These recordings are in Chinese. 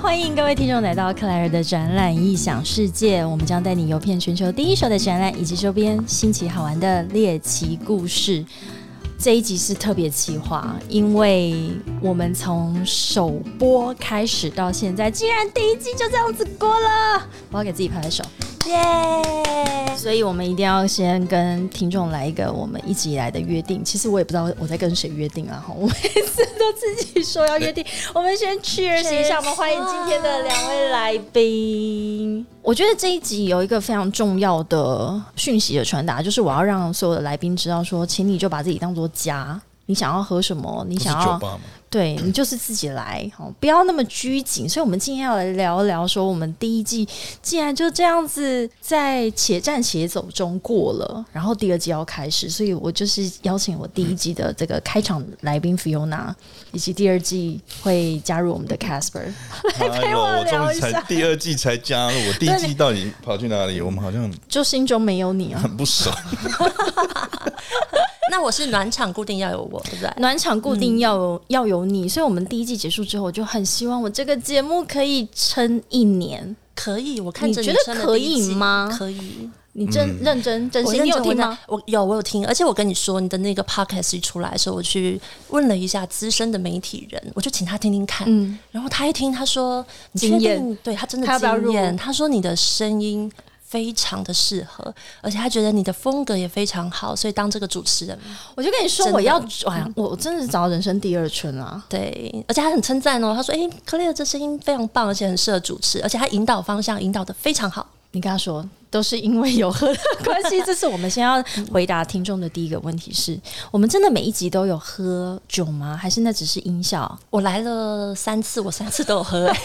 欢迎各位听众来到克莱尔的展览异想世界，我们将带你游遍全球第一手的展览以及周边新奇好玩的猎奇故事。这一集是特别企划，因为我们从首播开始到现在，竟然第一季就这样子过了，我要给自己拍拍手。耶！所以我们一定要先跟听众来一个我们一直以来的约定。其实我也不知道我在跟谁约定啊，哈，我每次都自己说要约定。我们先 cheers 一 Cheers 下，我们欢迎今天的两位来宾。我觉得这一集有一个非常重要的讯息的传达，就是我要让所有的来宾知道说，请你就把自己当做家。你想要喝什么？你不是想哦酒要吧吗？对你就是自己来，好，不要那么拘谨。所以，我们今天要来聊一聊，说我们第一季既然就这样子在且战且走中过了，然后第二季要开始，所以我就是邀请我第一季的这个开场来宾 Fiona，以及第二季会加入我们的 Casper。哎陪呦，我我终聊一于下才第二季才加入，我第一季到底跑去哪里？我们好像就心中没有你啊，很不熟。 那我是暖场，固定要有我，对不对？暖场固定要有、要有你，所以我们第一季结束之后，我就很希望我这个节目可以撑一年。可以，我看着你觉撑得了可第一以季吗可以，你真、认真真我心，认你有真听我吗？认我有，我有听，而且我跟你说，你的那个 podcast 一出来的时候，我去问了一下资深的媒体人，我就请他听听看。嗯然后他一听，他说：“你惊确艳定？对他真他要的不要入惊艳。他说你的声音。”非常的适合，而且他觉得你的风格也非常好，所以当这个主持人，我就跟你说，真的我要转，我真的是找人生第二春啊！对，而且他很称赞哦，他说：“哎、克莱尔这声音非常棒，而且很适合主持，而且他引导方向引导的非常好。你跟他说，都是因为有喝的关系。这是我们先要回答听众的第一个问题是：我们真的每一集都有喝酒吗？还是那只是音效？”我来了三次，我三次都有喝、哎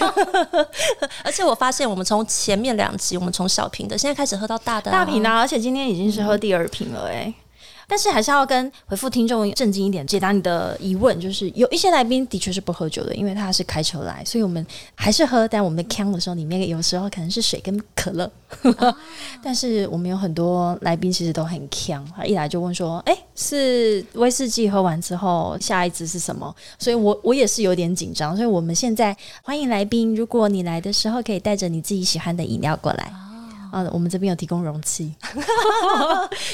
而且我发现我们从前面两集，我们从小瓶的，现在开始喝到大的、大瓶的、的啊、而且今天已经是喝第二瓶了、欸，但是还是要跟回复听众正经一点，解答你的疑问。就是有一些来宾的确是不喝酒的，因为他是开车来，所以我们还是喝。但我们的 can 的时候，里面有时候可能是水跟可乐。但是我们有很多来宾其实都很 can，他一来就问说：“哎、是威士忌喝完之后下一支是什么？”所以我我也是有点紧张。所以我们现在欢迎来宾，如果你来的时候可以带着你自己喜欢的饮料过来。啊，我们这边有提供容器，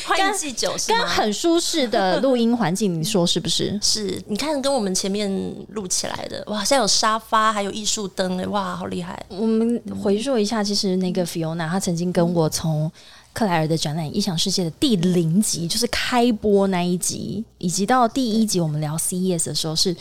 欢迎祭酒是跟吗？很舒适的录音环境，你说是不是？是，你看跟我们前面录起来的，哇，现在有沙发，还有艺术灯，哎，哇，好厉害！ 我们回溯一下，其实那个 Fiona 她曾经跟我从克莱尔的展览《异想世界》的第零集，就是开播那一集，以及到第一集我们聊 CES 的时候，是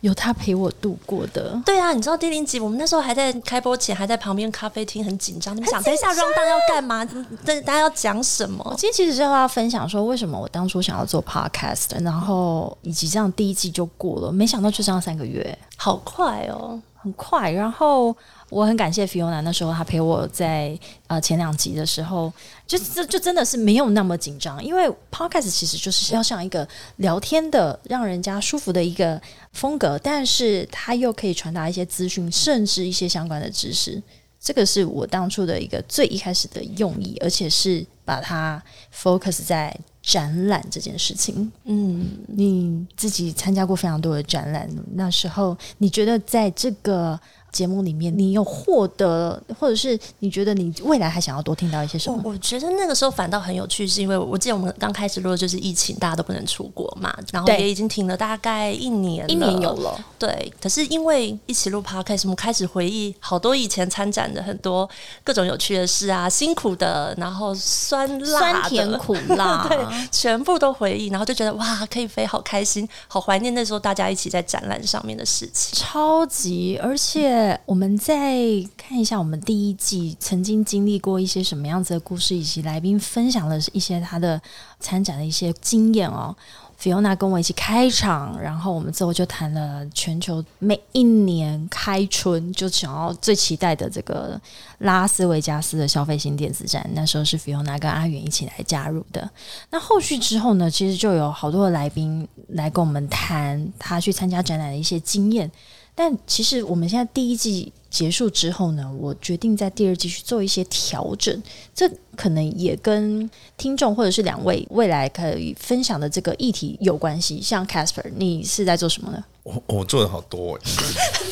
有她陪我度过的。对啊，你知道第零集，我们那时候还在开播前，还在旁边咖啡厅很紧张，你啊们想等一下 round 要干嘛？嗯大大家要讲什么我？今天其实是要分享说，为什么我当初想要做 podcast，然后以及这样第一季就过了，没想到就这样三个月。好快哦！很快。然后我很感谢 Fiona 那时候她陪我在呃前两集的时候，就这就真的是没有那么紧张，因为 Podcast 其实就是要像一个聊天的，让人家舒服的一个风格，但是它又可以传达一些资讯，甚至一些相关的知识。这个是我当初的一个最一开始的用意，而且是把它 focus 在展览这件事情。嗯，你自己参加过非常多的展览，那时候你觉得在这个节目里面，你有获得，或者是你觉得你未来还想要多听到一些什我么？我觉得那个时候反倒很有趣，是因为我记得我们刚开始录的就是疫情，大家都不能出国嘛，然后对也已经停了大概一年了，一年有了，对。可是因为一起录 podcast，我们开始回忆好多以前参展的很多各种有趣的事啊，辛苦的，然后酸辣的酸甜苦 辣，全部都回忆，然后就觉得哇，可以飞，好开心，好怀念那时候大家一起在展览上面的事情。超级！而且我们再看一下我们第一季曾经经历过一些什么样子的故事，以及来宾分享了一些他的参展的一些经验哦。Fiona 跟我一起开场，然后我们之后就谈了全球每一年开春就想要最期待的这个拉斯维加斯的消费型电子展，那时候是 Fiona 跟阿远一起来加入的。那后续之后呢，其实就有好多的来宾来跟我们谈他去参加展览的一些经验。但其实我们现在第一季结束之后呢，我决定在第二季去做一些调整，这可能也跟听众或者是两位未来可以分享的这个议题有关系。像 Casper，你是在做什么呢？欸我我做的好多哎，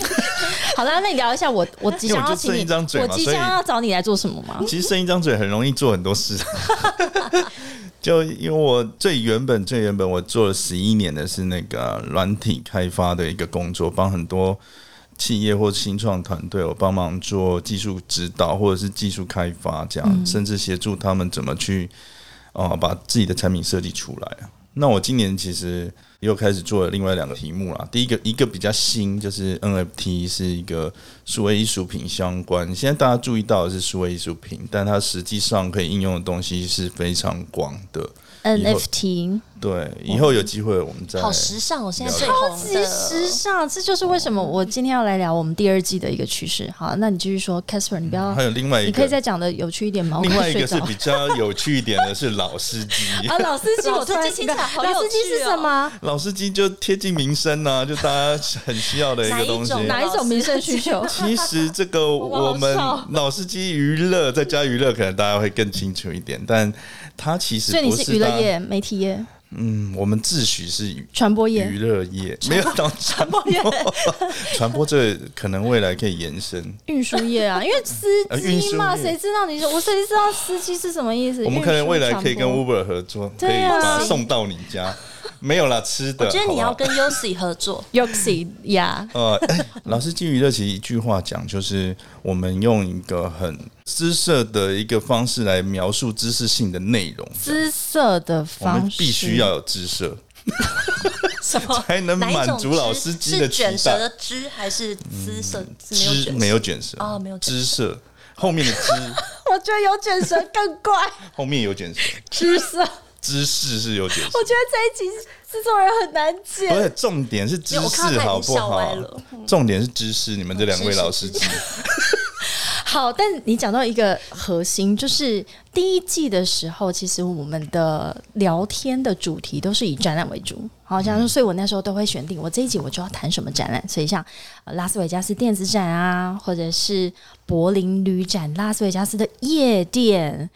好啦，那你聊一下我我即因为将我要就请剩一你，张嘴我嘛即所以将要找你来做什么吗？其实生一张嘴很容易做很多事， 就因为我最原本最原本我做了十一年的是那个软体开发的一个工作，帮很多企业或新创团队，我帮忙做技术指导或者是技术开发，这样、甚至协助他们怎么去啊、呃把自己的产品设计出来啊。那我今年其实又开始做了另外两个题目啦。第一个一个比较新，就是 NFT 是一个数位艺术品相关。现在大家注意到的是数位艺术品，但它实际上可以应用的东西是非常广的。 NFT 对，以后有机会我们再好时尚哦，现在最超红级的时尚，这就是为什么我今天要来聊我们第二季的一个趋势。好，那你继续说，Casper，你不要还，有另外一你可以个，再讲的有趣一点吗？我另外快一睡个着是了。比较有趣一点的是老 司机。啊，老司机，老我司突然机听起来好有老司机趣是哦什么？老司机就贴近民生呐、就大家很需要的一哪个一东西。种哪一种民生需求？其实这个我们老司机娱乐再加娱乐，可能大家会更清楚一点。但它其实所以你不是娱乐大，业、媒体业、嗯，我们自诩是娱传播业娱。乐业，没有当传播业。传播这可能未来可以延伸。 运输业啊，因为司呃运输机嘛，业谁知道你说我谁知道司机是什么意思？我们可能未来可以运输跟传播 Uber 合作，可对以啊把它送到你家。没有啦，吃的。我觉得你好要不跟好 Yosi 合作， Yoxi 呀，呃， 哎老师基于乐其实一句话讲，就是我们用一个很姿色的一个方式来描述知识性的内容。姿色的我们方式必须要有姿色，什么 才能哪一满种足老汁司机是的期卷舌待。的汁还是姿色？是没有知卷没舌有卷舌哦没有卷舌姿色，后面的知我觉得有卷舌更 怪，后面有卷舌，姿色。我知识是有卷舌。觉得这一集制作人很难解不是重点是知因为我看识到他好已经不笑歪好了？重点是知识，你们这两位 老司机，好，但你讲到一个核心，就是第一季的时候，其实我们的聊天的主题都是以展览为主。好，像说，所以我那时候都会选定我这一集我就要谈什么展览，所以像呃拉斯维加斯电子展啊，或者是柏林旅展、拉斯维加斯的夜店、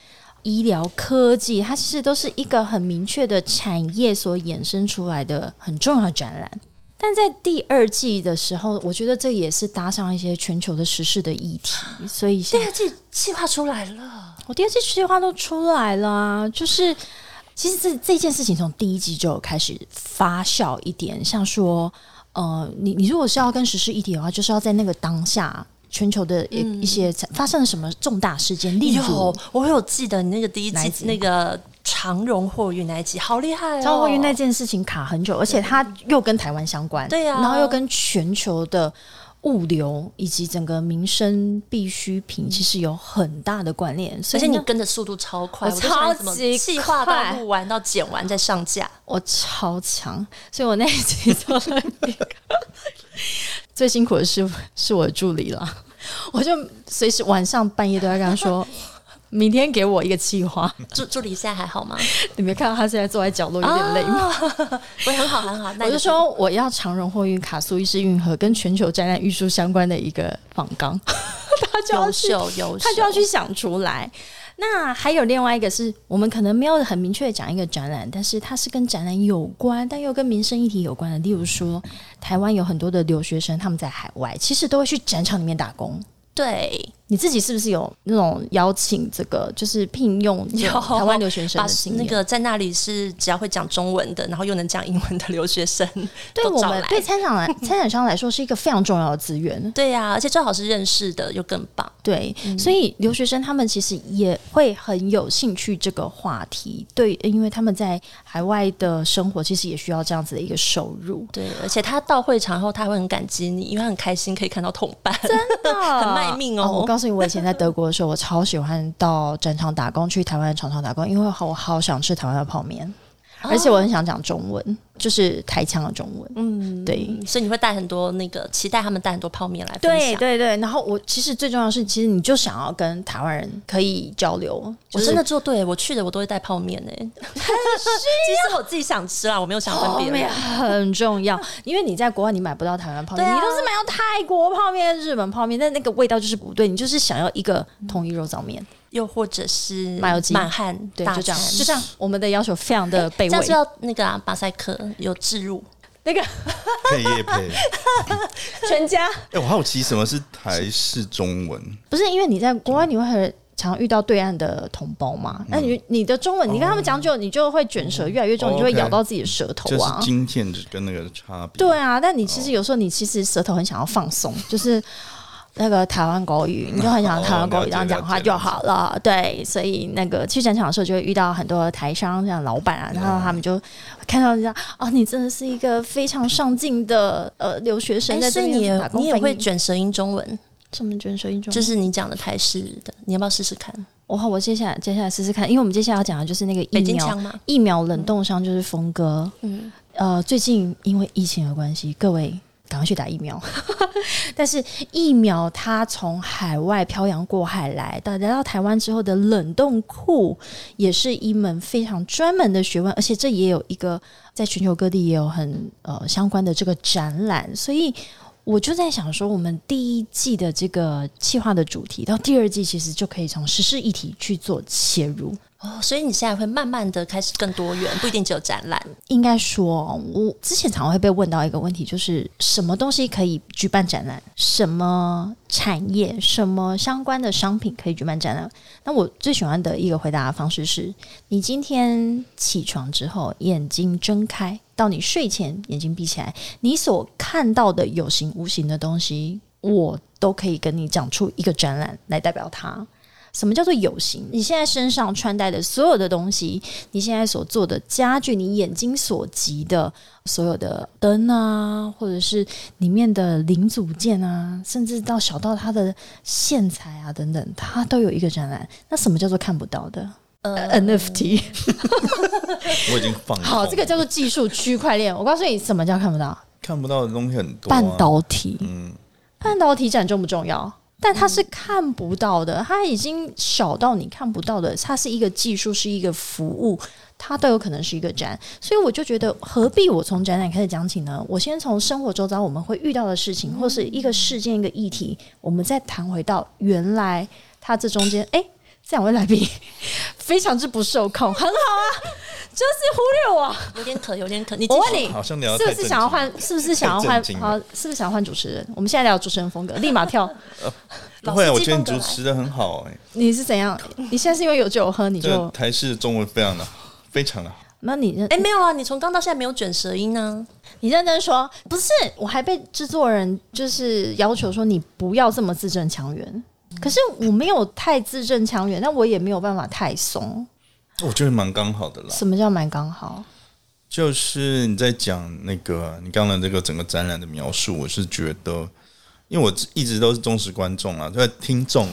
医疗科技，它其实都是一个很明确的产业所衍生出来的很重要的展览。但在第二季的时候，我觉得这也是搭上一些全球的时事的议题，所以现第在二季计划出来了，我第二季计划都出来了啊，就是其实这这件事情从第一季就有开始发酵一点，像说，呃，你你如果是要跟时事议题的话，就是要在那个当下。全球的一一些发生了什么重大事件，例如嗯有哎我有记得你那个第一哪一季集那个长荣货运那一集，好厉害哦！超货运那件事情卡很久，而且它又跟台湾相关，对啊然后又跟全球的物流以及整个民生必需品其实有很大的关联，所而以且你呢跟的速度超快，我我就想超你怎么级计划到快录完到剪完再上架，我超强，所以我那一集做了一个最辛苦的是是我的助理了，我就随时晚上半夜都要跟他说。明天给我一个计划， 助助理现在还好吗？你没看到他现在坐在角落有点累吗？啊，不是很好，很好。那我你就说我要长荣货运卡苏伊士运河跟全球展览艺术相关的一个访纲， 他就要优去秀优秀，他就要去想出来。那还有另外一个是我们可能没有很明确的讲一个展览，但是它是跟展览有关，但又跟民生议题有关的。例如说，台湾有很多的留学生，他们在海外其实都会去展场里面打工。对，你自己是不是有那种邀请这个就是聘用这种有台湾留学生把的经那验？个在那里是只要会讲中文的，然后又能讲英文的留学生，对都我找们来对参展来参展商来说是一个非常重要的资源。对呀、而且最好是认识的，又更棒。，对，所以留学生他们其实也会很有兴趣这个话题，对，因为他们在海外的生活其实也需要这样子的一个收入对，而且他到会场后，他会很感激你，因为他很开心可以看到同伴。很卖命哦我告诉你，我以前在德国的时候，我超喜欢到展场打工，去台湾的厂商打工，因为我好我好想吃台湾的泡面，而且我很想讲中文，就是台腔的中文，啊嗯，对。 嗯所以你会带很多那个，期待他们带很多泡面来分对享。对对，然后我其实最重要的是，其实你就想要跟台湾人可以交流，我真的做对，我去的我都会带泡面呢、其实我自己想吃啊哦啦，我没有想分别人。很重要，因为你在国外你买不到台湾泡面，对啊你都是买到泰国泡面、日本泡面，但那个味道就是不对，你就是想要一个统一肉燥面，又或者是麻油鸡满汉对，大就这样，餐就这样，我们的要求非常的卑这样微是。要那个啊，巴塞克有置入，那个配业配。全家哎、我好奇什么是台式中文？不是因为你在国外，你会很常遇到对岸的同胞嘛？那你你的中文，你跟他们讲久，你就会卷舌越来越重，嗯哦你就会 OK 咬到自己的舌头就是啊。今天跟那个差别。对啊，但你其实有时候你其实舌头很想要放哦松，就是那个台湾国语，你就很想台湾国语这样讲话就好 了。对，所以那个去展场的时候就会遇到很多台商这样老板啊，然后他们就看到这样哦，你真的是一个非常上进的呃留学生，哎在所这以你里也打工你也翻会译卷舌音中文，什么卷舌一种，就是你讲的台式的，你要不要试试看？哦我好，我接下来接下来试试看，因为我们接下来要讲的就是那个北疫京苗腔吗？疫苗冷冻伤就是峰哥，嗯，呃，最近因为疫情的关系，各位赶快去打疫苗。 但是疫苗它从海外漂洋过海来，到来到台湾之后的冷冻库，也是一门非常专门的学问，而且这也有一个在全球各地也有很呃相关的这个展览，所以。我就在想说，我们第一季的这个企划的主题，到第二季其实就可以从时事议题去做切入。哦，所以你现在会慢慢的开始更多元，不一定只有展览。应该说，我之前常会被问到一个问题，就是什么东西可以举办展览，什么产业、什么相关的商品可以举办展览。那我最喜欢的一个回答方式是：你今天起床之后，眼睛睁开，到你睡前眼睛闭起来，你所看到的有形无形的东西，我都可以跟你讲出一个展览来代表它。什么叫做有形？你现在身上穿戴的所有的东西，你现在所做的家具，你眼睛所及的所有的灯啊，或者是里面的零组件啊，甚至到小到它的线材啊等等，它都有一个展览。那什么叫做看不到的、呃， NFT？我已经放 空好，这个叫做技术区块链。我告诉你，什么叫看不到？看不到的东西很多、啊。半导体，嗯，半导体展重不重要？但它是看不到的，它已经小到你看不到的，它是一个技术，是一个服务，它都有可能是一个展。所以我就觉得，何必我从展览开始讲起呢？我先从生活周遭我们会遇到的事嗯情，或是一个事件、一个议题，我们再谈回到原来它这中间，诶，这两位来宾 非常之不受控，很好啊，就是忽略我。有点渴，有点渴。你继我续问你，好像聊得是不太是正想要经换？是不是想要太换正经？了好，是不是想要换主持人？我们现在聊主持人风格，立马跳。不会啊，老我司机觉得你风格主持的很好哎、你是怎样？你现在是因为有酒喝，你这个就台式的中文非常的好，非常的好。那你认哎、没有啊，你从刚到现在没有卷舌音呢、你认真说，不是我还被制作人就是要求说你不要这么字正腔圆，可是我没有太字正腔圆，但我也没有办法太松。我觉得蛮刚好的啦。什么叫蛮刚好？就是你在讲那个你刚才这个整个展览的描述，我是觉得，因为我一直都是忠实观众啊，对听众，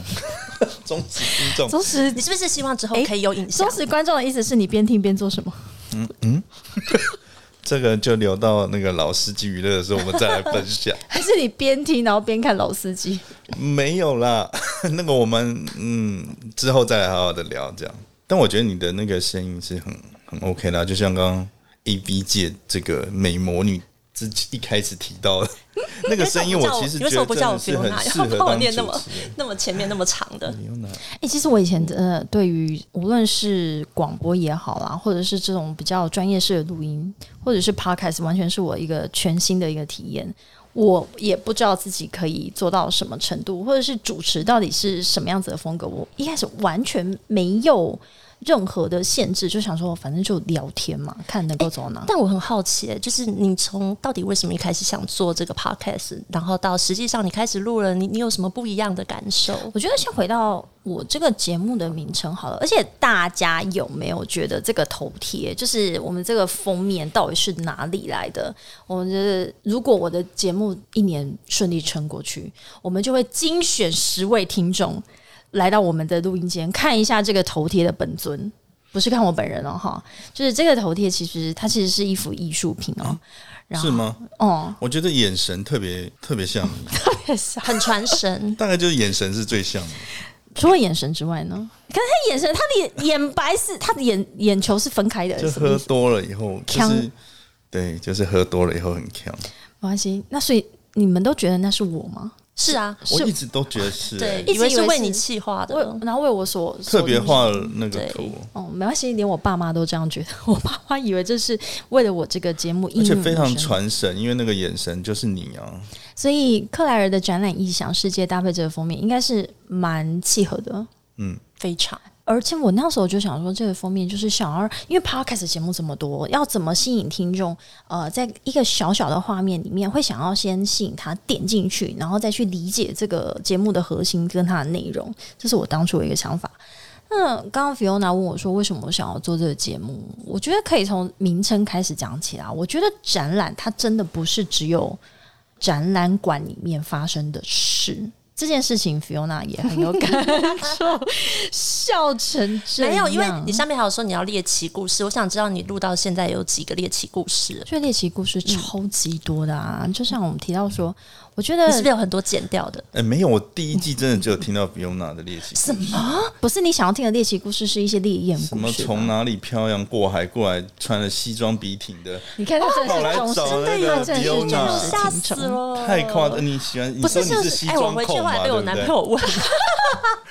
忠实听众。忠实你是不是希望之后哎可以有影像？忠实观众的意思是你边听边做什么？ 这个就留到那个老司机娱乐的时候，我们再来 分享。还是你边听然后边看老司机？没有啦， 那个我们嗯之后再来好好的聊这样。但我觉得你的那个声音是很很 OK 啦，就像刚刚 A B 界这个美魔女之一开始提到 的那个声音，我其实你为什觉么得不真叫的我是很 Fiona？适要合帮我当主念持那么人。那么前面那么长的？哎、其实我以前呃，对于无论是广播也好啦，或者是这种比较专业式的录音，或者是 podcast，完全是我一个全新的一个体验。我也不知道自己可以做到什么程度，或者是主持到底是什么样子的风格。我一开始完全没有任何的限制，就想说反正就聊天嘛，看能够走到哪。但我很好奇、就是你从到底为什么一开始想做这个 podcast，然后到实际上你开始录了，你你有什么不一样的感受？我觉得先回到我这个节目的名称好了，而且大家有没有觉得这个头贴，就是我们这个封面到底是哪里来的？我们就是如果我的节目一年顺利撑过去，我们就会精选十位听众来到我们的录音间看一下这个头贴的本尊。不是看我本人哦，哈，就是这个头贴，其实它其实是一幅艺术品哦。然后是？吗？哦、我觉得眼神特别特别像你，，很传神 大概就是眼神是最像的。除了眼神之外呢？可是他眼神，他的眼眼白是，他的眼眼球是分开的，就是什么意喝思？多了以后，就是呛对，就是喝多了以后很强。没关系。那所以你们都觉得那是我吗？是啊，我一直都觉得是、对欸，，一直以为以是为为是你气化为的，然后为我所特别。所画那个对图，嗯哦，没关系，连我爸妈都这样觉得。我爸妈以为这是为了我这个节目，而嗯且非常。传神，因为那个眼神就是你啊。所以克莱尔的展览异想世界搭配这个封面，应该是蛮契合的。嗯，非常而且我那时候就想说，这个封面就是想要，因为 podcast 节目这么多，要怎么吸引听众？呃，在一个小小的画面里面，会想要先吸引他点进去，然后再去理解这个节目的核心跟它的内容，这是我当初的一个想法。那刚刚 Fiona 问我说，为什么我想要做这个节目？我觉得可以从名称开始讲起啦。我觉得展览它真的不是只有展览馆里面发生的事。这件事情，Fiona 也很有感受，笑成这样。 没有，因为你上面还有说你要猎奇故事，我想知道你录到现在有几个猎奇故事，所以猎奇故事超级多的啊！就像我们提到说，我觉你是不是得有很多剪掉的？哎、没有，我第一季真的只有听到 Fiona 的猎奇 故事，啊不是你想要听的猎奇故事，是一些烈焰什故么事吧。从哪里漂洋过海过来，穿了西装笔挺的，你看他真的跑来是忠实，找那他个真的是忠 Fiona 实哦吓听死众。了，太夸张！你喜欢你哦不说是你像西哎、我装回去控后来嘛，被我对不男对朋？友问，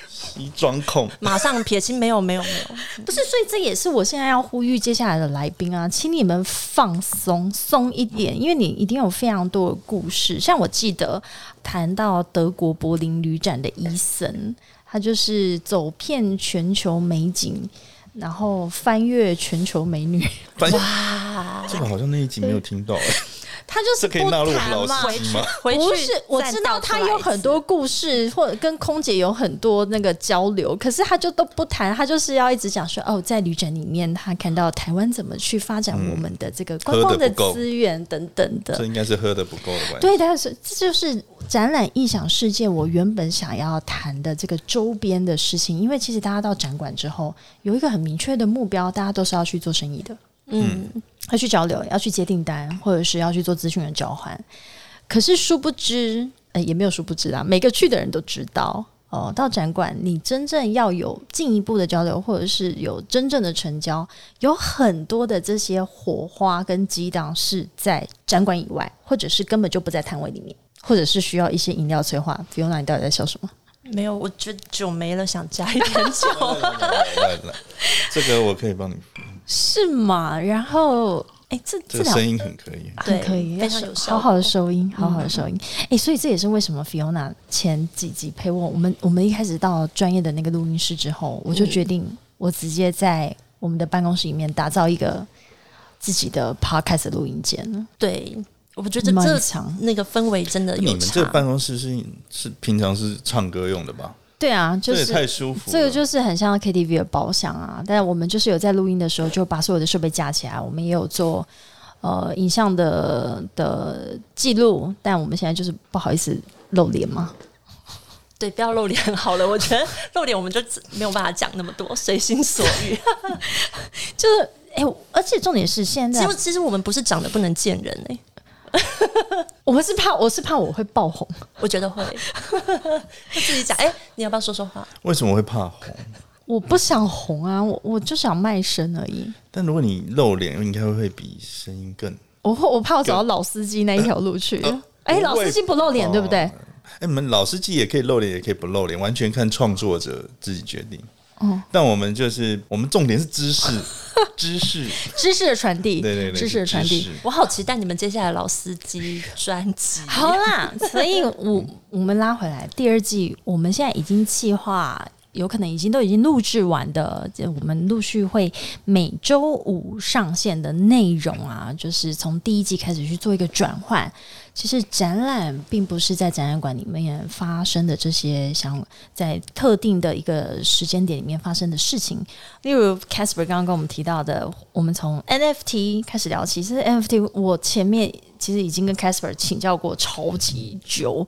西装控， 马上撇清，没有没有没有，不是，所以这也是我现在要呼吁接下来的来宾啊，请你们放松松一点，因为你一定有非常多的故事。像我记得谈到德国柏林旅展的伊森，他就是走遍全球美景，然后翻越全球美女。反正哇，这个好像那一集没有听到、哎他就 是这可以不纳入我们谈老嘛。司机吗？回去不是，我知道他有很多故事，或者跟空姐有很多那个交流，可是他就都不谈，他就是要一直讲说哦，在旅展里面他看到台湾怎么去发展我们的这个观光的资源等等的这。应该是喝的不够的关 系。对，但是这就是展览异想世界。我原本想要谈的这个周边的事情，因为其实大家到展馆之后有一个很明确的目标，大家都是要去做生意的。嗯，要去交流，要去接订单，或者是要去做资讯的交换。可是殊不知，呃，也没有殊不知啊，每个去的人都知道哦。到展馆，你真正要有进一步的交流，或者是有真正的成交，有很多的这些火花跟激荡是在展馆以外，或者是根本就不在摊位里面，或者是需要一些饮料催化。Fiona，你到底在笑什么？没有，我觉得酒没了，想加一点 酒。来来来来来这个我可以帮你，是吗？然后，哎，这这这个啊两声音很可以。很对可以，非常要有效好果好的收音，好好的收音。哎、所以这也是为什么 Fiona 前几集陪我，我们我们一开始到专业的那个录音室之后，我就决定我直接在我们的办公室里面打造一个自己的 podcast 录音间了，对，我觉得漫这长。那个氛围真的你有们这差。办公室是是平常是唱歌用的吧？对啊，就这也太是。舒服了。这个就是很像 KTV 的包厢啊，但我们就是有在录音的时候就把所有的设备架起来，我们也有做呃影像的的记录，但我们现在就是不好意思露脸嘛，对，不要露脸好了，我觉得露脸我们就没有办法讲那么多，随心所 欲。就是哎、我而且重点是现在其实其实我们不是长得不能见人哎、我们是怕，我是怕我会爆红，我觉得 会就自己讲哎、你要不要说说话？为什么会怕红？我不想红啊，我我就想卖身而已。但如果你露脸，应该会比声音更……我会我怕我走到老司机那一条路去。哎、不会老司机不露脸，吧对不对？哎、你们老司机也可以露脸，也可以不露脸，完全看创作者自己决定。哦但我们就是我们重点是知 识，知识，知识的传递，对对对，知识的传知递。识我好期待你们接下来老司机哎专辑。好啦，所以我我们拉回来，第二季我们现在已经计划，有可能已经都已经录制完的，就我们陆续会每周五上线的内容啊，就是从第一季开始去做一个转换。其实展览并不是在展览馆里面发生的这些像在特定的一个时间点里面发生的事情，例如 Casper 刚刚跟我们提到的，我们从 NFT 开始聊起。其实 NFT 我前面其实已经跟 Casper 请教过超级久，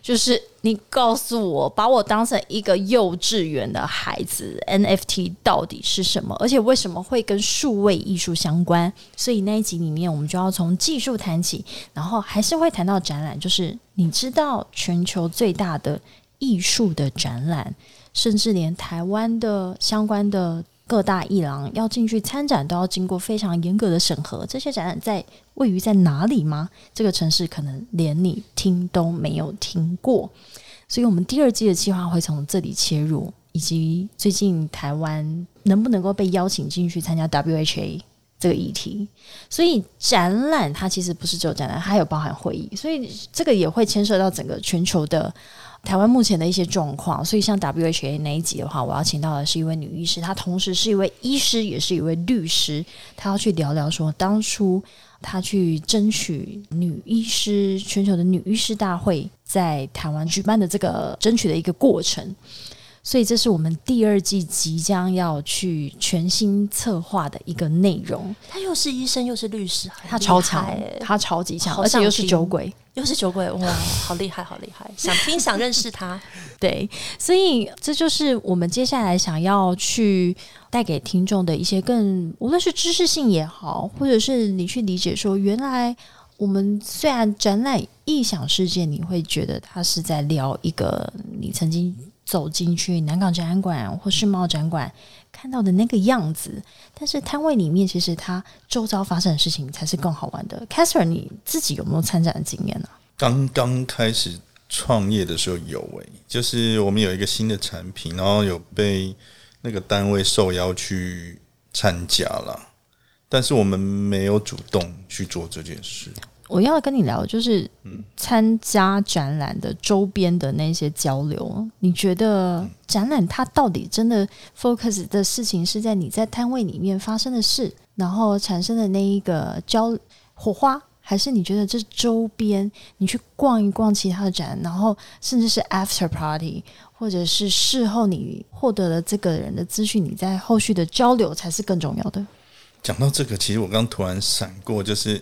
就是你告诉我，把我当成一个幼稚园的孩子，NFT 到底是什么？而且为什么会跟数位艺术相关？所以那一集里面，我们就要从技术谈起，然后还是会谈到展览，就是你知道全球最大的艺术的展览，甚至连台湾的相关的各大艺廊要进去参展，都要经过非常严格的审核。这些展览在位于在哪里吗？这个城市可能连你听都没有听过。所以，我们第二季的计划会从这里切入，以及最近台湾能不能够被邀请进去参加 WHA 这个议题。所以，展览它其实不是只有展览，它还有包含会议，所以这个也会牵涉到整个全球的台湾目前的一些状况，所以像 WHA 那一集的话，我要请到的是一位女医师，她同时是一位医师，也是一位律师，她要去聊聊说当初她去争取女医师全球的女医师大会在台湾举办的这个争取的一个过程。所以这是我们第二季即将要去全新策划的一个内容。他又是医生又是律师，很她超强厉害欸，她超级强，好而且又想是听酒鬼。又是酒鬼，哇，好厉害，好厉 害！想听想认识他，对，所以这就是我们接下来想要去带给听众的一些更，无论是知识性也好，或者是你去理解说，原来我们虽然展览异想世界，你会觉得它是在聊一个你曾经走进去南港展览馆或世贸展馆看到的那个样子，但是摊位里面其实它周遭发生的事情才是更好玩的。Catherine，你自己有没有参展的经验呢、刚刚开始创业的时候有诶、就是我们有一个新的产品，然后有被那个单位受邀去参加了，但是我们没有主动去做这件事。我要跟你聊，就是参加展览的周边的那些交流，你觉得展览它到底真的 focus 的事情是在你在摊位里面发生的事，然后产生的那一个交火花，还是你觉得这周边你去逛一逛其他的展，然后甚至是 after party，或者是事后你获得了这个人的资讯，你在后续的交流才是更重要的？讲到这个，其实我刚突然闪过，就是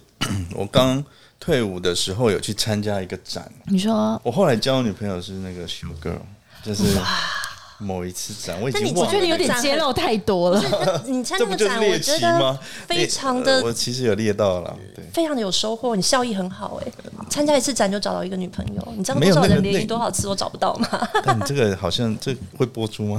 我刚退伍的时候有去参加一个展，你说我后来交女朋友是那个 Show Girl，就是某一次展，我已那你经不忘觉得了。有点揭露太多了。你参加这不那个就是展，猎我觉奇得吗？非猎常呃的我其实有猎到了，对。非常的有收获，你效益很好哎、参加一次展就找到一个女朋友，你知道没有多少那个人联谊那多少次我找不 到吗？ 但哎你这个好像这会播出吗？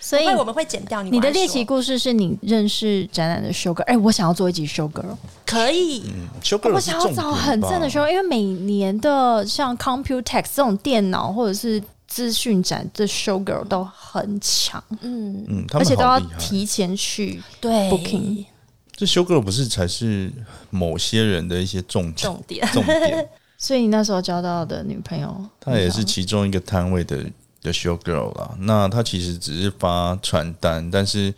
所哎以因为我们会剪掉你。你的我还猎说奇故事是你认识展览的 show girl，哎、我想要做一集 show girl，可以，修 个我想要找很正的修， show，因为每年的像 Computex 这种电脑或者是资讯展的 show girl 都很强，嗯，嗯，他而们且都要好厉害。提前去。对哎 Booking 这修个不是才是某些人的一些重点重点，重点，所以你那时候交到的女朋友，他也是其中一个摊位的的 show girl 啦。那他其实只是发传单，但是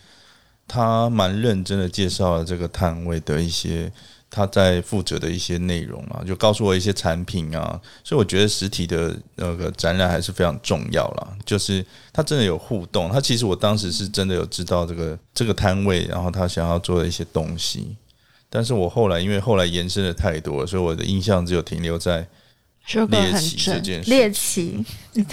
他蛮认真的介绍了这个摊位的一些他在负责的一些内容啊，就告诉我一些产品啊。所以我觉得实体的那个展览还是非常重要啦，就是他真的有互动。他其实我当时是真的有知道这个这个摊位，然后他想要做的一些东西。但是我后来因为后来延伸的太多了，所以我的印象只有停留在 show girl 猎很奇这正件，事猎奇。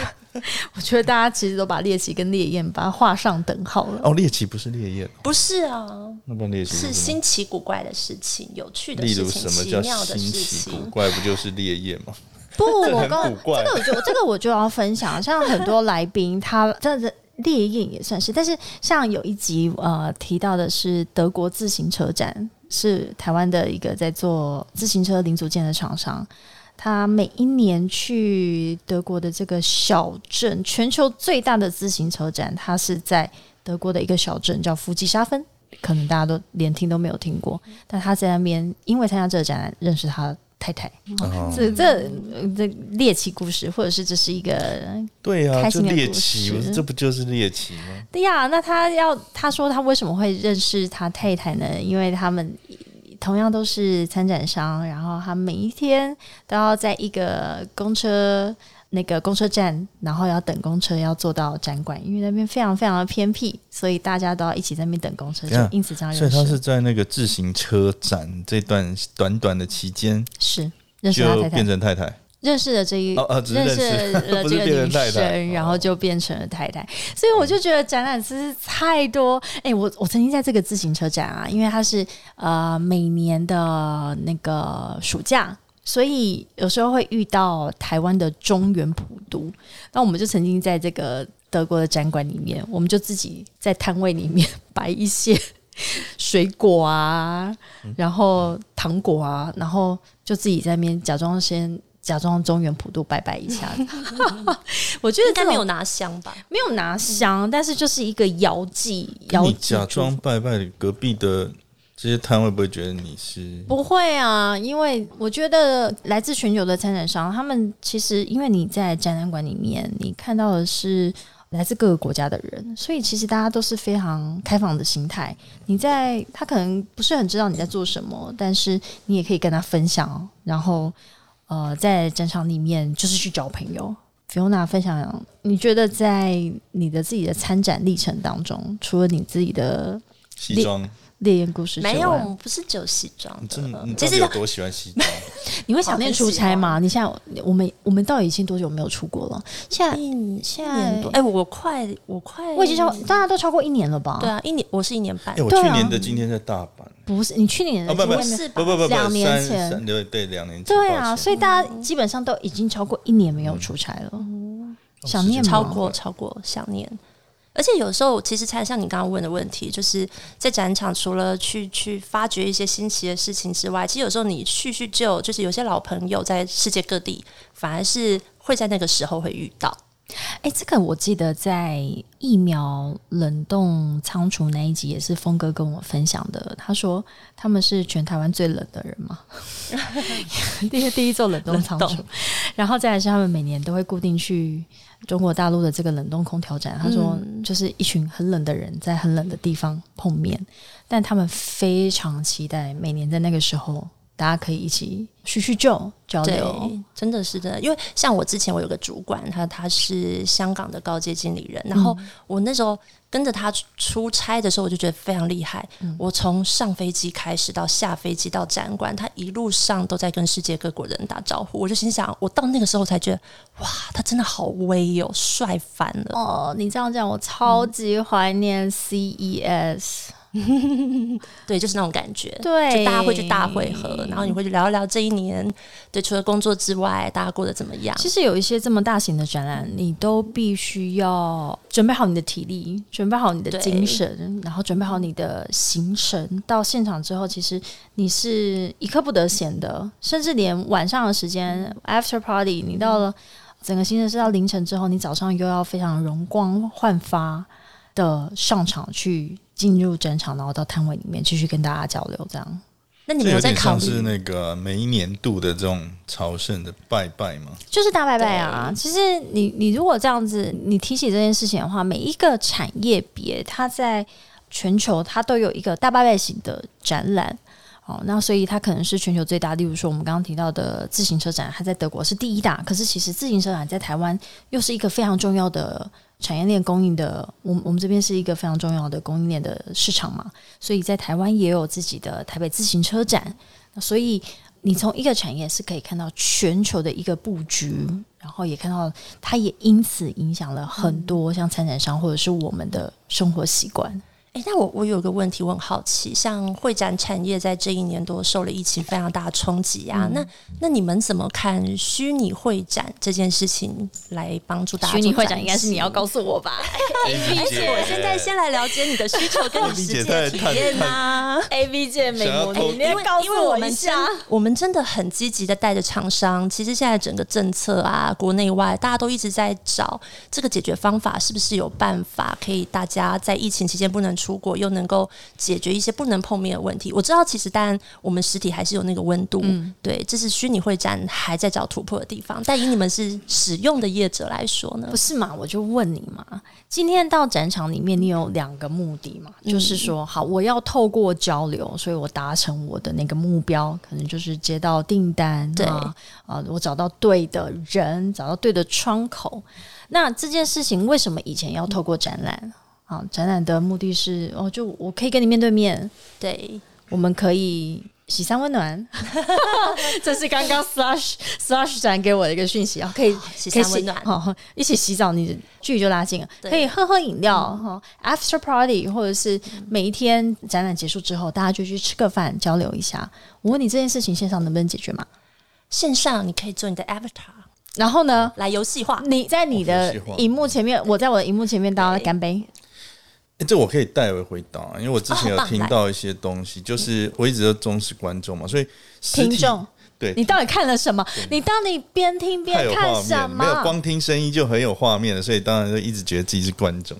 我觉得大家其实都把猎奇跟烈焰把它画上等号了。哦，猎奇不是烈焰，不是啊，那不然猎奇是什么新奇古怪的事情，有趣的例事如情，什么奇叫妙的事新奇古情。怪，不就是烈焰吗？不，我很刚古怪这个我就这个我就要分享，像很多来宾他真的。烈焰也算是，但是像有一集呃提到的是德国自行车展，是台湾的一个在做自行车零组件的厂商，他每一年去德国的这个小镇，全球最大的自行车展，它是在德国的一个小镇叫弗吉沙芬，可能大家都连听都没有听过，但他在那边因为参加这个展览认识他太太，哦这这这猎奇故事，或者是这是一个对啊，开就心的猎故奇，不是事这不就是猎奇吗？对呀，那他要他说他为什么会认识他太太呢？因为他们同样都是参展商，然后他每一天都要在一个公车那个公车站，然后要等公车，要坐到展馆，因为那边非常非常的偏僻，所以大家都要一起在那边等公车，就等一下因此这哎样所认以他是识，在那个自行车展这段短短的期间，是认识他就太太变，成太太。认识了这一、哦哦只是认识识 了这不是个变女成太生，太哦然后就变成了太太。所以我就觉得展览真是太多。哎、我我曾经在这个自行车展啊，因为它是呃每年的那个暑假。所以有时候会遇到台湾的中原普渡，那我们就曾经在这个德国的展馆里面，我们就自己在摊位里面 摆一些水果啊，嗯然后糖果啊，然后就自己在那边假装先假装中原普渡拜拜一 下。我觉得应这该没有种拿香吧？没有拿香，但是就是一个遥祭，遥你祭假祝福装拜拜，隔壁的这些摊位不会觉得你是？不会啊，因为我觉得来自全球的参展商，他们其实因为你在展览馆里面，你看到的是来自各个国家的人，所以其实大家都是非常开放的心态。你在他可能不是很知道你在做什么，但是你也可以跟他分享，然后呃，在展场里面就是去交朋友。Fiona 分享，你觉得在你的自己的参展历程当中，除了你自己的西装，猎艳故事之外，没有，我们不是只有西装你的真的，你其到底实啊有多喜欢西 装？你会想念出差吗？你现在我们我们到底已经多久没有出国了？现在一现在年多，哎、我快，我快，我已经超大家都超过一年了吧？对，啊，一年，我是一年半哎，，我对去啊年的今天在大阪，不是你去年的啊不经不验没有是吧不不不不，两年三前三对对两年前，对啊，抱歉所以大家基本上都已经超过一年没有出差了，想念吗嗯超过超过想念。而且有时候，其实才像你刚刚问的问题，就是在展场除了去去发掘一些新奇的事情之外，其实有时候你叙叙旧，就是有些老朋友在世界各地，反而是会在那个时候会遇到。哎、这个我记得在疫苗冷冻仓储那一集也是峰哥跟我分享的。他说他们是全台湾最冷的人 嘛，第一第一座冷冻仓冷储，然后再来是他们每年都会固定去中国大陆的这个冷冻空调展。他说嗯就是一群很冷的人在很冷的地方碰面，但他们非常期待每年在那个时候大家可以一起叙叙旧、交流。对，真的是的，因为像我之前我有个主管，他他是香港的高阶经理人，然后嗯我那时候跟着他出出差的时候，我就觉得非常厉害。嗯我从上飞机开始到下飞机到展馆，他一路上都在跟世界各国的人打招呼，我就心想，我到那个时候才觉得，哇，他真的好威哦，帅翻了。哦，你这样讲，我嗯超级怀念 E CES。对，就是那种感觉。对就大家会去大会合，然后你会去聊一聊这一年，对，除了工作之外，大家过得怎么样？其实有一些这么大型的展览，你都必须要准备好你的体力，准备好你的对精神，然后准备好你的行程。到现场之后，其实你是一刻不得闲的，甚至连晚上的时间嗯 after party，你到了整个行程是到凌晨之后，你早上又要非常容光焕发的上场去进入展场，然后到摊位里面继续跟大家交流，这样。那你这们有有在点考像虑是那个每一年度的这种朝圣的拜拜嘛？就是大拜拜啊！其实你你如果这样子，你提起这件事情的话，每一个产业别它在全球它都有一个大拜拜型的展览。哦，那所以它可能是全球最大，例如说我们刚刚提到的自行车展，它在德国是第一大，可是其实自行车展在台湾又是一个非常重要的产业链供应的，我们我们这边是一个非常重要的供应链的市场嘛，所以在台湾也有自己的台北自行车展，那所以你从一个产业是可以看到全球的一个布局，然后也看到它也因此影响了很多像参展商或者是我们的生活习惯。哎，那我我有个问题，我很好奇，像会展产业在这一年多受了疫情非常大的冲击啊，嗯那那你们怎么看虚拟会展这件事情来帮助大家做虚转型？拟会展应该是你要告诉我吧丽而且我现在先来了解你的需求跟 你丽实哎际姐在的体探验啊。 ，A B 界美想要国，偷你要告因诉为我一们下。真我们真的很积极的带着厂商，其实现在整个政策啊，国内外大家都一直在找这个解决方法，是不是有办法可以大家在疫情期间不能出国，又能够解决一些不能碰面的问题？我知道，其实当然我们实体还是有那个温度，嗯对，这是虚拟会展还在找突破的地方。但以你们是使用的业者来说呢不，是嘛？我就问你嘛，今天到展场里面，你有两个目的嘛？就是说，好，我要透过交流，所以我达成我的那个目标，可能就是接到订单，对啊，啊，我找到对的人，找到对的窗口。那这件事情为什么以前要透过展览？啊，展览的目的是，哦，就我可以跟你面对面，对，我们可以喜三温暖，这是刚刚 Slash Slash 展给我的一个讯息啊，可以喜可以三温暖哦，一起洗澡，你距离就拉近了，对嗯可以喝喝饮料哈、哦、，After Party，或者是每一天展览结束之后，大家就去吃个饭，交流一下。我问你这件事情线上能不能解决吗？线上你可以做你的 avatar。然后呢，来游戏化。你在你的游戏化荧幕前面，我在我的荧幕前面，大家对干杯。欸这我可以带回回答，因为我之前哦有棒听到一些东西，就是我一直都忠实观众嘛，所以实听体众，对你到底看了什么？你到底边听太边有看画什面，没有么？光听声音就很有画面了，所以当然就一直觉得自己是观众。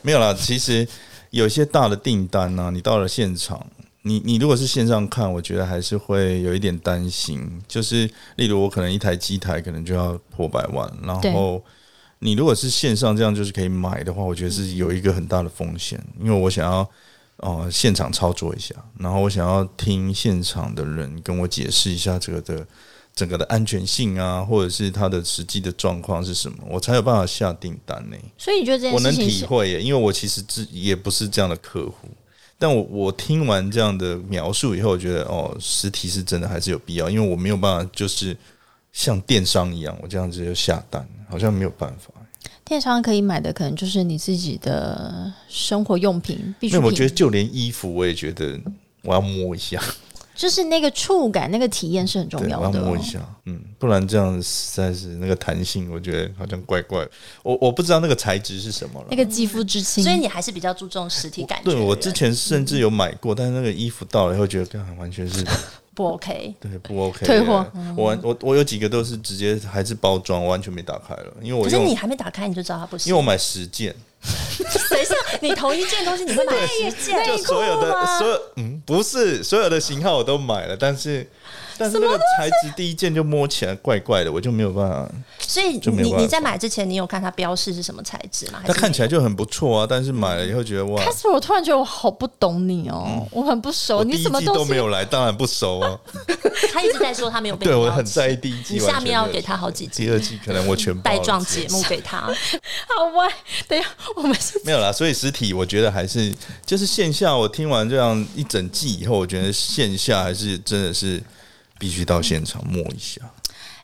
没有啦，其实有些大的订单呢、你到了现场，你你如果是线上看，我觉得还是会有一点担心，就是例如我可能一台机台可能就要破百万，对然后。你如果是线上这样就是可以买的话，我觉得是有一个很大的风险，因为我想要呃现场操作一下，然后我想要听现场的人跟我解释一下这个的整个的安全性啊，或者是它的实际的状况是什么，我才有办法下订单呢、所以你觉得这我件能事情体是会耶，因为我其实自也不是这样的客户，但我我听完这样的描述以后，我觉得哦，实体是真的还是有必要，因为我没有办法就是像电商一样，我这样子就下单，好像没有办法。电商可以买的，可能就是你自己的生活用品、必需那品，我觉得就连衣服，我也觉得我要摸一下，就是那个触感、那个体验是很重对，我要要的哦、摸一下，嗯，不然这样实在是那个弹性，我觉得好像怪怪。我我不知道那个材质是什么了那。个肌肤之亲。所以你还是比较注重实体感觉的对人。我之前嗯甚至有买过，但是那个衣服到了以后，觉得干完全是不 OK，对不 OK，退货。我嗯完我我有几个都是直接还是包装，完全没打开了，因为我可是用你还没打开你就知道它不行。因为我买十件， 等一下，你同一件东西你会买一件？就所有的所有嗯不是所有的型号我都买了，但是但是那个材质第一件就摸起来怪怪的，我就没有办法。所以就没有你办法你在买之前，你有看它标示是什么材质吗？还它是嗯看起来就很不错啊，但是买了以后觉得哇， Casper，我突然觉得我好不懂你哦，我很不熟，嗯我你第一什么季都西没有来，当然不 熟啊。他一直在说他没有被对我邀请很在意第一季，你下面要给完全没有他好几集第二季可能我全包了带状节目给他。好歪？等一下，我们是没有啦，所以实体我觉得还是就是线下。我听完这样一整季以后，我觉得线下还是真的是必须到现场摸一下。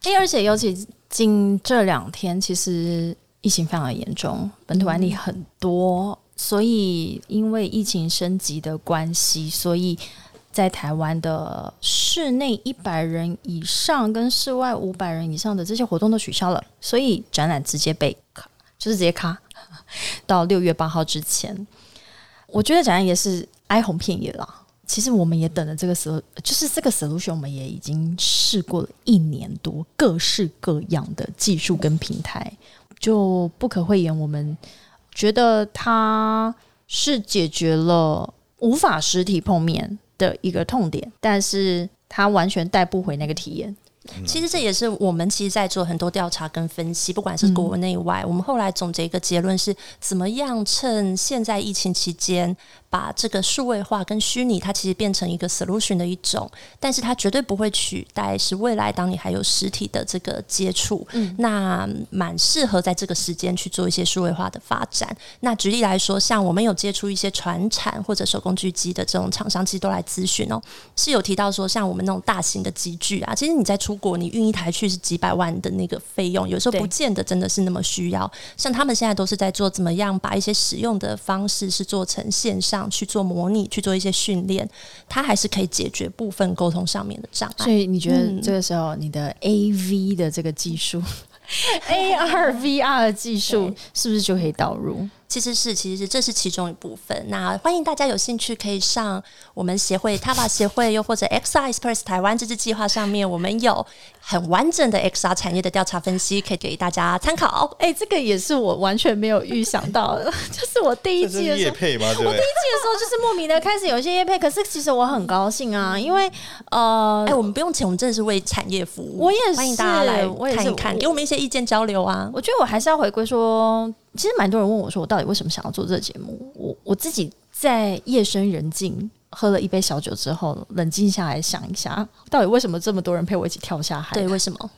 哎、而且尤其近这两天，其实疫情非常的严重，本土案例很多，所以因为疫情升级的关系，所以在台湾的室内一百人以上跟室外五百人以上的这些活动都取消了，所以展览直接被卡，就是直接卡 到六月八号之前。我觉得展览也是哀鸿遍野啦。其实我们也等了这个时候，就是这个 solution，我们也已经试过了一年多，各式各样的技术跟平台，就不可讳言，我们觉得它是解决了无法实体碰面的一个痛点，但是它完全带不回那个体验。其实这也是我们其实在做很多调查跟分析，不管是国内外，我们后来总结一个结论是：怎么样趁现在疫情期间，把这个数位化跟虚拟，它其实变成一个 solution 的一种，但是它绝对不会取代是未来当你还有实体的这个接触，那蛮适合在这个时间去做一些数位化的发展。那举例来说，像我们有接触一些船产或者手工具机的这种厂商，其实都来咨询哦，是有提到说，像我们那种大型的机具啊，其实你在出国，你运一台去是几百万的那个费用，有时候对不见得真的是那么需要。像他们现在都是在做怎么样把一些使用的方式是做成线上去做模拟，去做一些训练，它还是可以解决部分沟通上面的障碍所。以你觉得这个时候你 的 AV 的这个技术、AR、VR 的技术对是不是就可以导入？其实是，其实是，这是其中一部分。那欢迎大家有兴趣可以上我们协会 TAVA 协会，又或者 XR Express 台湾这支计划上面，我们有很完整的 XR 产业的调查分析，可以给大家参考。哎、这个也是我完全没有预想到的， 就是我第一这是季的时夜候。配吗？对不对？第一季的时候就是莫名的开始有一些夜配，可是其实我很高兴啊，因为呃哎、，我们不用钱，我们真的是为产业服务。我也是欢迎大家来我也是看一看，我给我们一些意见交流啊。我觉得我还是要回归说，其实蛮多人问我说，我到底为什么想要做这个节目？我我自己在夜深人静喝了一杯小酒之后，冷静下来想一下，到底为什么这么多人陪我一起跳下海？哎对，为什么？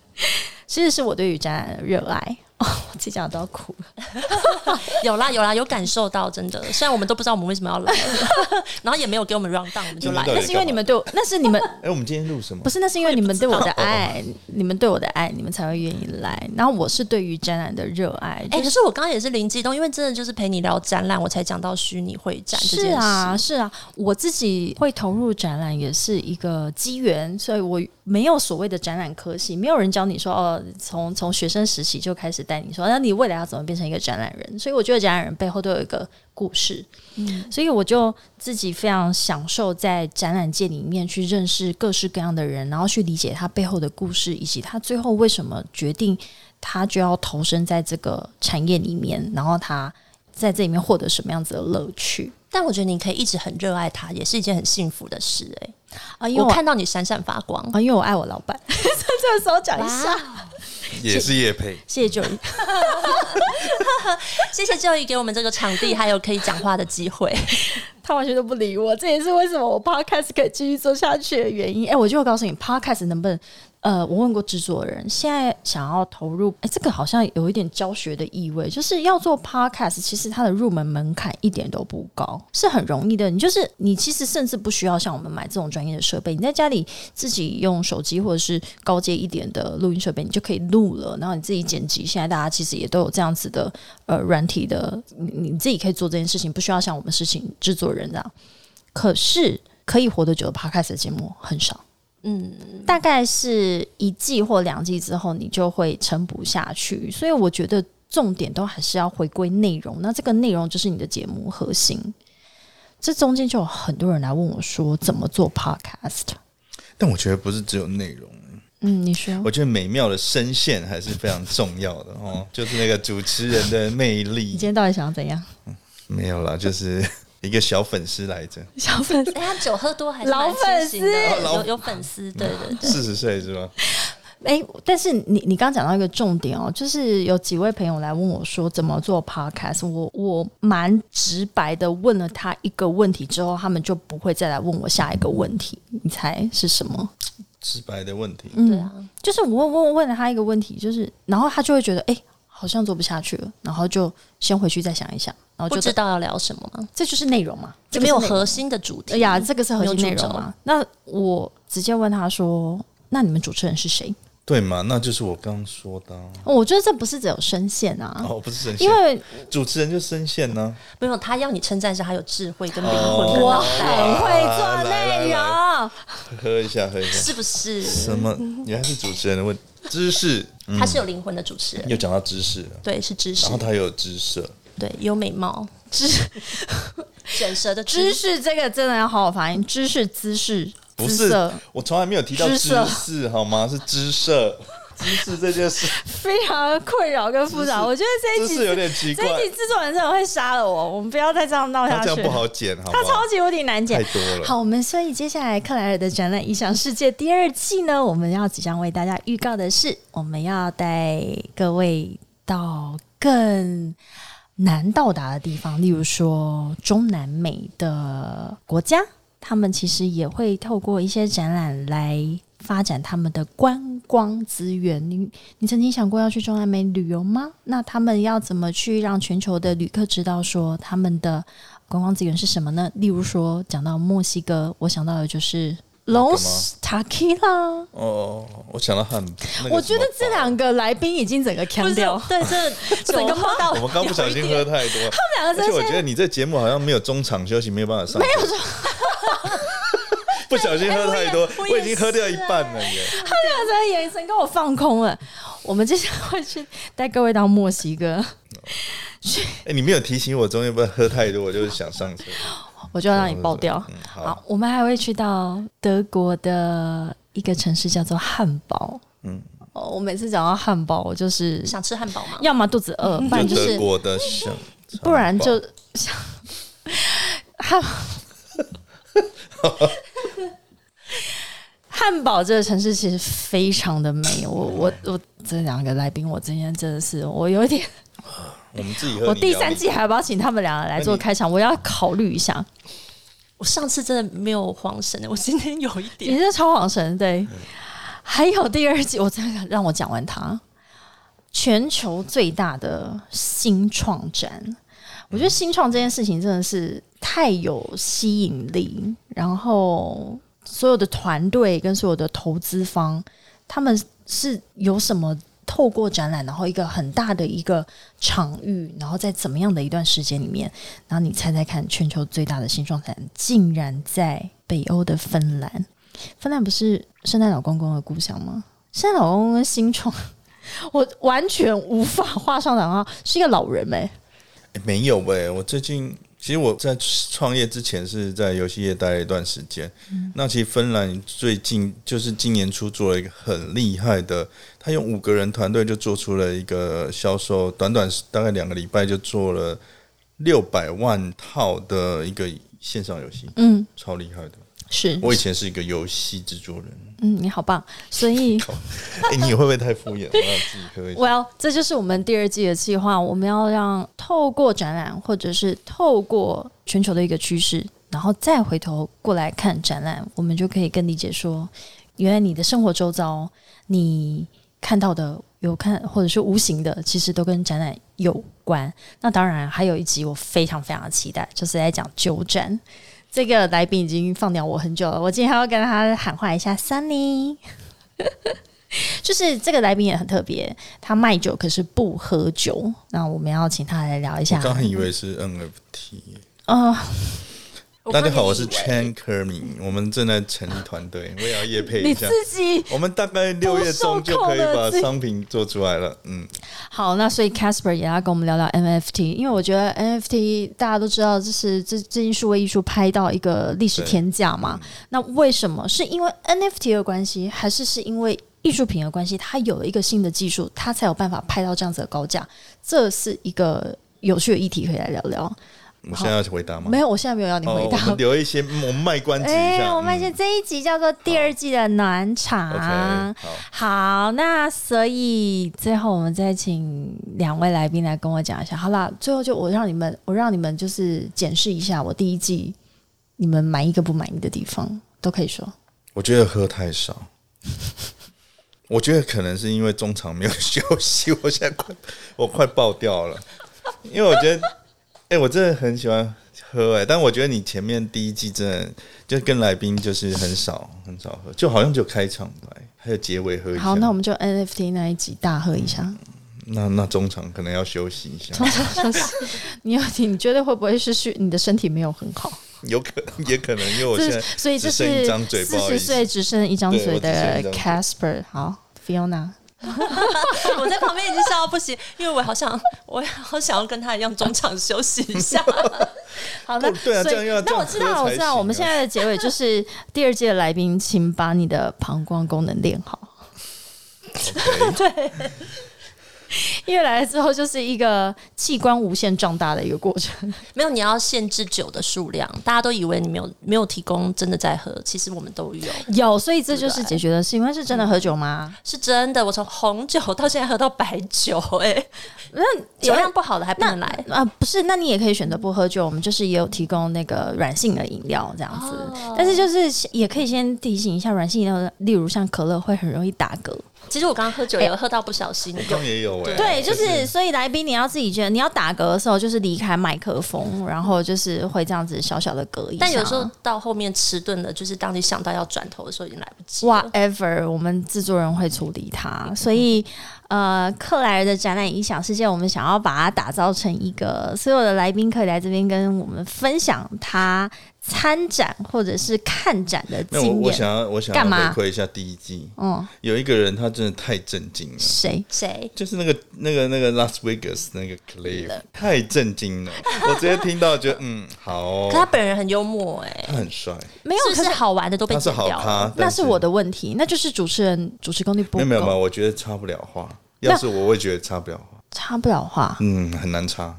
其实是我对于展览的热爱。 哦，我自己讲都要哭了。有啦有啦，有感受到，真的。虽然我们都不知道我们为什么要来， 然后也没有给我们 round down，我们就 来真的了。那是因为你们对我，那是你们哎、我们今天录什么不？是，那是因为你们对我的爱，你们对我的爱，你们才会愿意来。然后我是对于展览的热爱，哎、就可是是我刚刚也是灵机一动，因为真的就是陪你聊展览，我才讲到虚拟会展这件是事。啊，是啊，我自己会投入展览也是一个机缘，所以我没有所谓的展览科系，没有人教你说哦，从从学生时期就开始带你说，那你未来要怎么变成一个展览人？所以我觉得展览人背后都有一个故事，嗯，所以我就自己非常享受在展览界里面去认识各式各样的人，然后去理解他背后的故事，以及他最后为什么决定他就要投身在这个产业里面，然后他。在这里面获得什么样子的乐趣？但我觉得你可以一直很热爱它，也是一件很幸福的事、哎，啊，因为我我看到你闪闪发光。啊，因为我爱我老板， 所以这个时候讲一下，也是叶佩。谢谢九一。谢谢教育给我们这个场地，还有可以讲话的机会。他完全都不理我，这也是为什么我 podcast 可以继续做下去的原因。哎、我就告诉你，podcast 能不能？呃，我问过制作人，现在想要投入，哎、这个好像有一点教学的意味，就是要做 podcast，其实它的入门门槛一点都不高，是很容易的。你就是你，其实甚至不需要像我们买这种专业的设备，你在家里自己用手机或者是高阶一点的录音设备，你就可以录了，然后你自己剪辑。现在大家其实也都有这样子的呃软体的，你你自己可以做这件事情，不需要像我们事情制作人这样。可是可以活得久的 podcast 的节目很少，嗯，大概是一季或两季之后，你就会撑不下去。所以我觉得重点都还是要回归内容，那这个内容就是你的节目核心。这中间就有很多人来问我说怎么做 podcast。但我觉得不是只有内容，嗯，你说我觉得美妙的声线还是非常重要的 哦，就是那个主持人的魅你力今。天到底想要怎样？没有啦，就是一个小粉丝来着，小粉丝 哎、他酒喝多还是蛮老粉丝清醒的哦老嗯有有粉丝，嗯对对对。四十岁是吧？哎、但是你你刚讲到一个重点哦，就是有几位朋友来问我说怎么做 podcast，我我蛮直白的问了他一个问题之后，他们就不会再来问我下一个问题。你猜是什么？直白的问题，嗯对啊，就是我问问问了他一个问题，就是然后他就会觉得哎、好像做不下去了，然后就先回去再想一想，然后不就知道要聊什么吗？这就是内容嘛，就这没有就是内容核心的主题。哎呀，这个是核心没有内主容轴嘛。那我直接问他说：“那你们主持人是谁哦对嘛？那就是我刚刚说的啊、？”我觉得这不是只有声线啊，哦，不是声线，因为主持人就声线呢、没有他要你称赞是他有智慧跟灵魂哦跟我脑很袋，会做内来来容。喝一下，喝一下。是不是？什么？原来是主持人的问知识，嗯他是有灵魂的主持人，又讲到知识了，对，是知识嗯然后，他有知识，对，有美貌，知 卷舌的知知，识这个真的要好好发音，知识、姿势、不姿是色，我从来没有提到知知识识好吗？是知识， 知识这件事，非常困扰跟复杂。知识我觉得这一知集识有点奇怪哎这，一集制作人真的会杀了我，我们不要再这样闹他下这去样。不好剪，好不他好超？级无敌难剪太，多了。好，我们所以接下来克莱尔的展览《异想世界》第二季呢，我们要即将为大家预告的是，我们要带各位到更难到达的地方，例如说中南美的国家，他们其实也会透过一些展览来。发展他们的观光资源，你你曾经想过要去中南美旅游吗？那他们要怎么去让全球的旅客知道说他们的观光资源是什么呢？例如说，讲到墨西哥，我想到的就是 Los Tequila。哦，我想到很，那个我觉得什么这两个来宾已经整个不腔是掉，对，这 整个梦到我们刚不小心喝太多，两个而且真我是觉得你这节目好像没有中场休息，没有办法上。没有不小心喝太哎多，我也我已经喝掉一半了耶。他的眼神跟我放空了。我们接下来会去带各位到墨西哥，哎，你没有提醒我中间不要喝太多，我就是想上车。 我就要让你爆掉。嗯，好好，，我们还会去到德国的一个城市叫做汉堡。嗯，哦，我每次讲到汉堡，我就是想吃汉堡吗？要么肚子饿，不嗯然就就是德国的香，不然就汉 汉堡这个城市其实非常的美。我嗯我我这两个来宾，我今天真的是我有一点，我们自己喝。我你第聊三你季还要不要请他们两个来那做你开场？我要考虑一下。我上次真的没有慌神欸的，我今天有一你点。是超恍神对。还有第二季，我真的让我讲完它。全球最大的新创展。我觉得新创这件事情真的是太有吸引力，然后所有的团队跟所有的投资方，他们是有什么透过展览，然后一个很大的一个场域，然后在怎么样的一段时间里面，然后你猜猜看，全球最大的新创展竟然在北欧的芬兰。芬兰不是圣诞老公公的故乡吗？圣诞老公公跟新创， 我完全无法画上等号，是一个老人哎、诶没有喂、我最近其实我在创业之前是在游戏业待了一段时间。嗯那其实芬兰最近就是今年初做了一个很厉害的，他用五个人团队就做出了一个销售，短短大概两个礼拜就做了六百万套的一个线上游戏，嗯，超厉害的。是，我以前是一个游戏制作人，嗯，你好棒，所以诶你会不会太敷衍？我要自己喝一下。 ，Well，这 就是我们第二季的计划。我们要让透过展览，或者是透过全球的一个趋势，然后再回头过来看展览，我们就可以更理解说，原来你的生活周遭，你看到的有看或者是无形的，其实都跟展览有关。那当然，还有一集我非常非常的期待，就是在讲九展。这个来宾已经放鸟我很久了，我今天还要跟他喊话一下，Sunny。就是这个来宾也很特别，他卖酒可是不喝酒。那我们要请他来聊一下我。刚还以为是 NFT。哦，大家好，我是 Chan Kermy，我们正在成立团队，我也要业配你一下自。己我们大概六月中就可以把商品做出来了。嗯，好，那所以 Casper 也要跟我们聊聊 NFT，因为我觉得 NFT 大家都知道，就是这最近数位艺术拍到一个历史天价嘛。嗯那为什么？是因为 NFT 的关系，还是是因为艺术品的关系？它有了一个新的技术，它才有办法拍到这样子的高价。这是一个有趣的议题，可以来聊聊。我现在要回答吗？没有，我现在没有要你回哦，我答。们留一些，嗯我们卖关子一下。哎我们现嗯这一集叫做第二季的暖场。 OK，好，好，那所以最后我们再请两位来宾来跟我讲一下。好啦，最后就我让你们，我让你们就是检视一下我第一季你们满意跟不满意的地方，都可以说。我觉得喝太少。 我觉得可能是因为中场没有休息， 我现在快我快爆掉了，因为我觉得，哎、我真的很喜欢喝哎、但我觉得你前面第一季真的就跟来宾就是很少很少喝，就好像只有开场白，还有结尾喝一下。好，那我们就 NFT 那一集大喝一下。那那中场可能要休息一下，你有你觉得会不会是是你的身体没有很好？有可能也可能，因为我这现是在所以这只剩是一张嘴不四好意十思岁只剩一张对我嘴只剩的一张嘴 Casper。好，Fiona。 我在旁边已经笑到不行，因为我好想，我好想要跟他一样中场休息一下。好的，对啊所以这样要这那样我知道，喝我才知道，行我们啊现在的结尾就是 第二届的来宾，请把你的膀胱功能练好， OK，因为来了之后就是一个器官无限壮大的一个过 程。 没有，你要限制酒的数量。大家都以为你没有没有提供真的在喝，其实我们都有，有，所以这就是解决的事情。那是真的喝酒吗？是真的。我从红酒到现在喝到白酒、哎，嗯那酒量不好的还不能来。啊，不是，那你也可以选择不喝酒，我们就是也有提供那个软性的饮料这样子，哦但是就是也可以先提醒一下，软性饮料，例如像可乐会很容易打嗝，其实我刚刚喝酒也有喝到不小心，刚也有哎、对，就是所以来宾你要自己觉得，你要打嗝的时候就是离开麦克风，然后就是会这样子小小的嗝啊一下。但有时候到后面迟钝了，就是当你想到要转头的时候，已经来不及了。 whatever，我们制作人会处理它，所以呃，克莱尔的展览影响世界，我们想要把它打造成一个所有的来宾可以来这边跟我们分享他参展或者是看展的那我经我验。想要我想干嘛要回馈一下第一季，嗯，有一个人他真的太震惊了。谁？谁？就是那个那个那个 Las Vegas 那个 Cliff 太 震惊了，我直接听到觉得嗯好哦、可他本人很幽默、哎，他很帅，没有，是不可是是好玩的都被他是剪好掉咖了？，那但是我的问题，那就是主持人主持功力不够，没有没有没有，我觉得插不了话。要是我会觉得插不了话，插不了话。，嗯，很难插。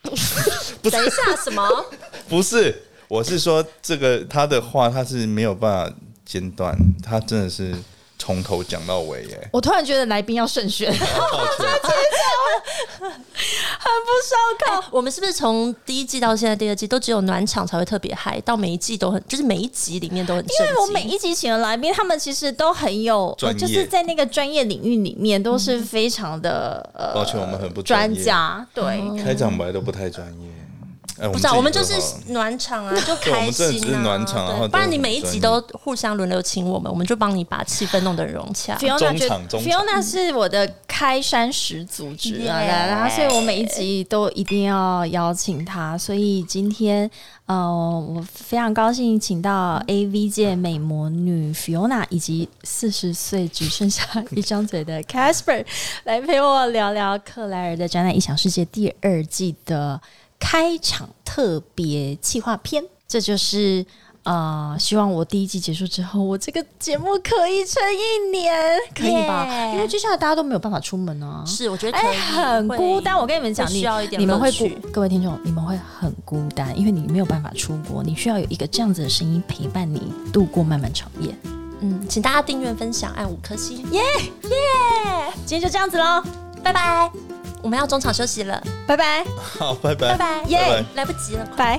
等一下，什么？ 不是，我是说这个他的话他是没有办法间断，他真的是从头讲到尾耶我突然觉得来宾要慎选，很不抱歉，烧烤。我们是不是从第一季到现在第二季都只有暖场才会特别嗨，到每一季都很，就是每一集里面都很震因惊。为我每一集请的来宾，他们其实都很有，专呃业就是在那个专业领域里面都是非常的、呃，抱歉我们很不专专业家。对，开场白都不太专业。哎，哦不知道，我们就自是己说好了暖场 啊，就对我开们心啊，真的只是暖场对然后不然就你很每一集专都互相轮流请我们，我们就帮你把气氛弄得融 洽。 Fiona 觉中场中场 Fiona 是我的开山始祖之一 Yeah 然后所以我每一集都一定要邀请她。所以今天，呃，我非常高兴请到 AV 界美魔女 Fiona 以及四十岁只剩下一张嘴的 Casper 来陪我聊聊克莱尔的展览《异想世界》第二季的开场特别企划片。这就是呃，希望我第一季结束之后，我这个节目可以撑一年，可以吧？ Yeah 因为接下来大家都没有办法出门啊，是，我觉得可哎，以很会孤单。我跟你们讲，会你需要一点你们乐会孤趣，各位听众，你们会很孤单，因为你没有办法出国，你需要有一个这样子的声音陪伴你度过漫漫长夜。嗯，请大家订阅、分享，按五颗星。今天就这样子喽，拜拜，我们要中场休息了，拜拜，好，拜拜拜，拜，耶拜拜来不及了。拜。